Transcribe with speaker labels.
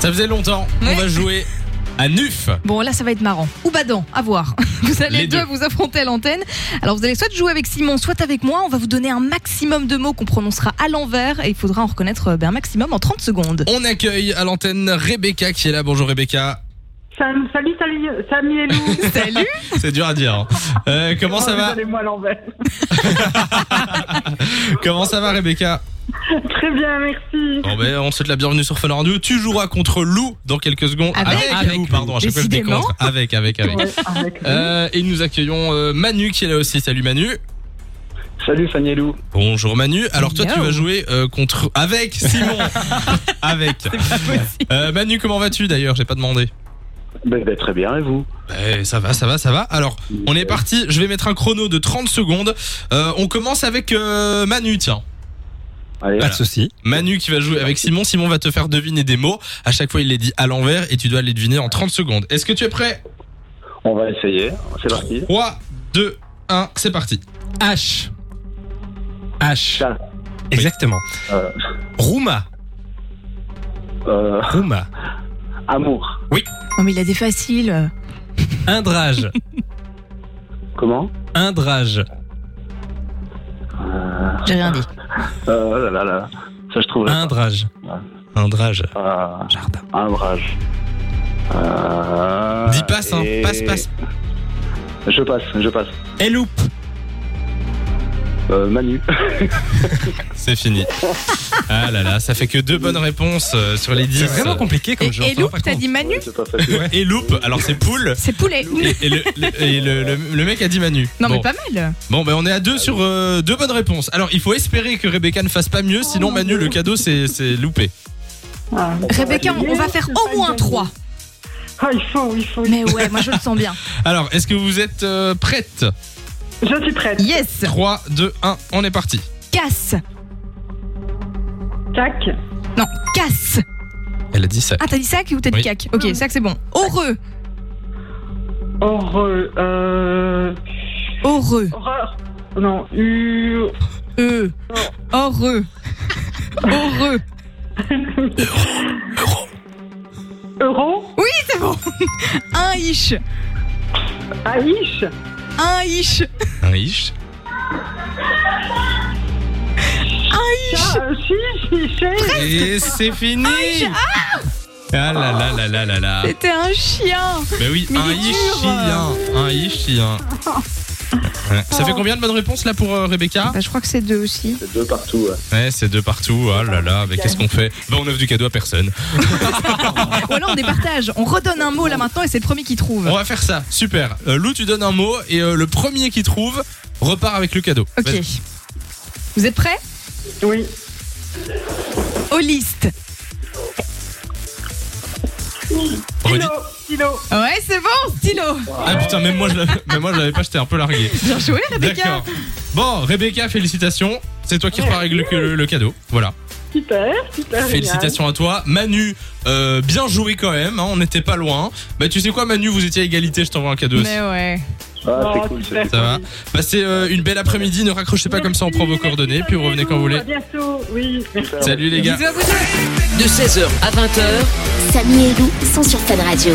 Speaker 1: Ça faisait longtemps. On
Speaker 2: Ouais.
Speaker 1: va jouer à Nuf.
Speaker 2: Bon, là, ça va être marrant. Ou badant, à voir. Vous allez
Speaker 1: Les
Speaker 2: deux
Speaker 1: deux.
Speaker 2: vous affronter à l'antenne. Alors, vous allez soit jouer avec Simon, soit avec moi. On va vous donner un maximum de mots qu'on prononcera à l'envers et il faudra en reconnaître euh, ben, un maximum en 30 secondes.
Speaker 1: On accueille à l'antenne Rebecca qui est là. Bonjour Rebecca.
Speaker 3: Sam, salut, salut, Samy et Lou.
Speaker 2: Salut
Speaker 1: C'est dur à dire. hein. Euh, comment ça va
Speaker 3: Oh, moi à l'envers.
Speaker 1: Comment ça va Rebecca
Speaker 3: Très bien, merci.
Speaker 1: Bon ben on te souhaite la bienvenue sur Fun Radio. Tu joueras contre Lou dans quelques secondes.
Speaker 2: Avec.
Speaker 1: Lou, pardon. À chaque fois je dis
Speaker 2: Décidément.
Speaker 1: contre. Avec, avec, avec.
Speaker 3: Ouais, avec Lou.
Speaker 1: Euh, et nous accueillons euh, Manu qui est là aussi. Salut Manu.
Speaker 4: Salut Fanny et Lou.
Speaker 1: Bonjour Manu. Alors toi tu
Speaker 2: Yo.
Speaker 1: vas jouer euh, contre avec Simon. avec. Euh, Manu comment vas-tu d'ailleurs J'ai pas demandé.
Speaker 4: Ben, ben, très bien, et vous
Speaker 1: Eh, ça va, ça va, ça va. Alors on est parti. Je vais mettre un chrono de 30 secondes. Euh, on commence avec euh, Manu tiens.
Speaker 4: Allez,
Speaker 1: Voilà. Manu qui va jouer avec Simon. Simon va te faire deviner des mots. À chaque fois il les dit à l'envers et tu dois les deviner en 30 secondes. Est-ce que tu es prêt
Speaker 4: on va essayer. C'est parti.
Speaker 1: 3, 2, 1, c'est parti.
Speaker 5: H. H.
Speaker 4: Chat.
Speaker 5: Exactement.
Speaker 4: Euh,
Speaker 5: Rouma.
Speaker 4: euh,
Speaker 5: Rouma.
Speaker 4: amour.
Speaker 2: Non, Oh, mais il a des faciles.
Speaker 5: Indrage.
Speaker 4: Comment
Speaker 5: Indrage.
Speaker 4: euh,
Speaker 2: J'ai rien dit.
Speaker 4: euh, là, là, là. Ça, je trouve.
Speaker 5: Indrage.
Speaker 4: Ouais.
Speaker 5: Indrage.
Speaker 4: Euh,
Speaker 5: Jardin.
Speaker 4: un brage. Euh,
Speaker 1: Dis passe, hein.
Speaker 4: et-
Speaker 1: Passe, passe.
Speaker 4: Je passe, je passe.
Speaker 5: Eloup.
Speaker 4: Euh, Manu.
Speaker 1: C'est fini. ah là là, ça fait que deux bonnes réponses euh, sur les 10.
Speaker 5: C'est vraiment compliqué
Speaker 2: Et,
Speaker 5: comme jeu.
Speaker 2: et
Speaker 5: enfin,
Speaker 2: Loup,
Speaker 5: par
Speaker 2: t'as
Speaker 5: contre.
Speaker 2: dit Manu
Speaker 4: Ouais, c'est pas facile.
Speaker 1: Et loupe, alors c'est poule.
Speaker 2: C'est poulet.
Speaker 1: Et, et le, le- et le- le- le mec a dit Manu.
Speaker 2: Non,
Speaker 1: bon.
Speaker 2: mais pas mal.
Speaker 1: Bon, ben on est à deux sur euh, deux bonnes réponses. Alors il faut espérer que Rebecca ne fasse pas
Speaker 2: Oh
Speaker 1: mieux, sinon Manu, le cadeau, c'est c'est loupé.
Speaker 3: Ah.
Speaker 2: Rebecca, on, on va faire au moins 3.
Speaker 3: Ah, il faut, il faut.
Speaker 2: Mais ouais, moi, je le sens bien.
Speaker 1: Alors, est-ce que vous êtes euh, prête
Speaker 3: Je suis prête.
Speaker 2: Yes
Speaker 1: 3, 2, 1, on est parti.
Speaker 2: Casse
Speaker 3: Tac.
Speaker 2: Non, casse
Speaker 1: Elle a dit ça.
Speaker 2: Ah, t'as dit sac ou t'as dit
Speaker 1: Oui.
Speaker 2: cac Ok, sac, c'est bon. Heureux
Speaker 3: Heureux. Euh,
Speaker 2: Heureux
Speaker 3: horreur. Non. eu-
Speaker 2: Euh. Heureux. Heureux.
Speaker 3: Euro.
Speaker 2: C'est bon. Un ish.
Speaker 3: Ah, Aïch.
Speaker 2: Un ish.
Speaker 1: Un ish.
Speaker 3: Ah, euh, si, si, si.
Speaker 1: Et c'est fini Ah là là là là là là
Speaker 2: C'était un chien.
Speaker 1: Ben oui,
Speaker 2: Mais
Speaker 1: un
Speaker 2: il est dur.
Speaker 1: ichien Un
Speaker 2: euh.
Speaker 1: ichien Ouais. Ça
Speaker 2: Oh.
Speaker 1: fait combien de bonnes réponses là pour euh, Rebecca
Speaker 2: Bah, je crois que c'est deux aussi.
Speaker 4: C'est deux partout. ouais.
Speaker 2: Bah.
Speaker 1: Ouais, c'est deux partout. Ah là là, mais qu'est-ce qu'on fait Ben on offre du cadeau à personne.
Speaker 2: Ou alors on départage. On redonne un mot là maintenant et c'est le premier qui trouve.
Speaker 1: On va faire ça, super. Euh, Lou, tu donnes un mot et euh, le premier qui trouve repart avec le cadeau.
Speaker 2: Ok.
Speaker 1: Vas-y.
Speaker 2: Vous êtes prêts
Speaker 3: Oui.
Speaker 2: Holiste.
Speaker 1: Redis.
Speaker 3: Kilo. Kilo.
Speaker 2: Ouais, c'est bon, stylo.
Speaker 1: Ah putain, même moi je l'avais même moi, je l'avais pas, j'étais un peu largué.
Speaker 2: Bien joué, Rebecca.
Speaker 1: D'accord. Bon, Rebecca, félicitations. C'est toi qui repars avec le- le- le cadeau. Voilà.
Speaker 3: Super, super.
Speaker 1: Félicitations à toi. Manu, euh, bien joué quand même, hein, on n'était pas loin. Bah tu sais quoi Manu, vous étiez à égalité, je t'envoie un cadeau aussi.
Speaker 2: Mais ouais.
Speaker 4: Ah,
Speaker 3: Oh,
Speaker 4: c'est cool.
Speaker 3: super.
Speaker 4: c'est-
Speaker 1: Ça va Passez euh, une belle après-midi, ne raccrochez pas comme ça, on prend vos coordonnées, puis vous revenez quand vous voulez.
Speaker 3: À bientôt. Oui. Merci.
Speaker 1: Salut les gars
Speaker 2: Bisous à vous deux.
Speaker 6: de 16h à 20h
Speaker 7: Samy et Lou sont sur Fan Radio.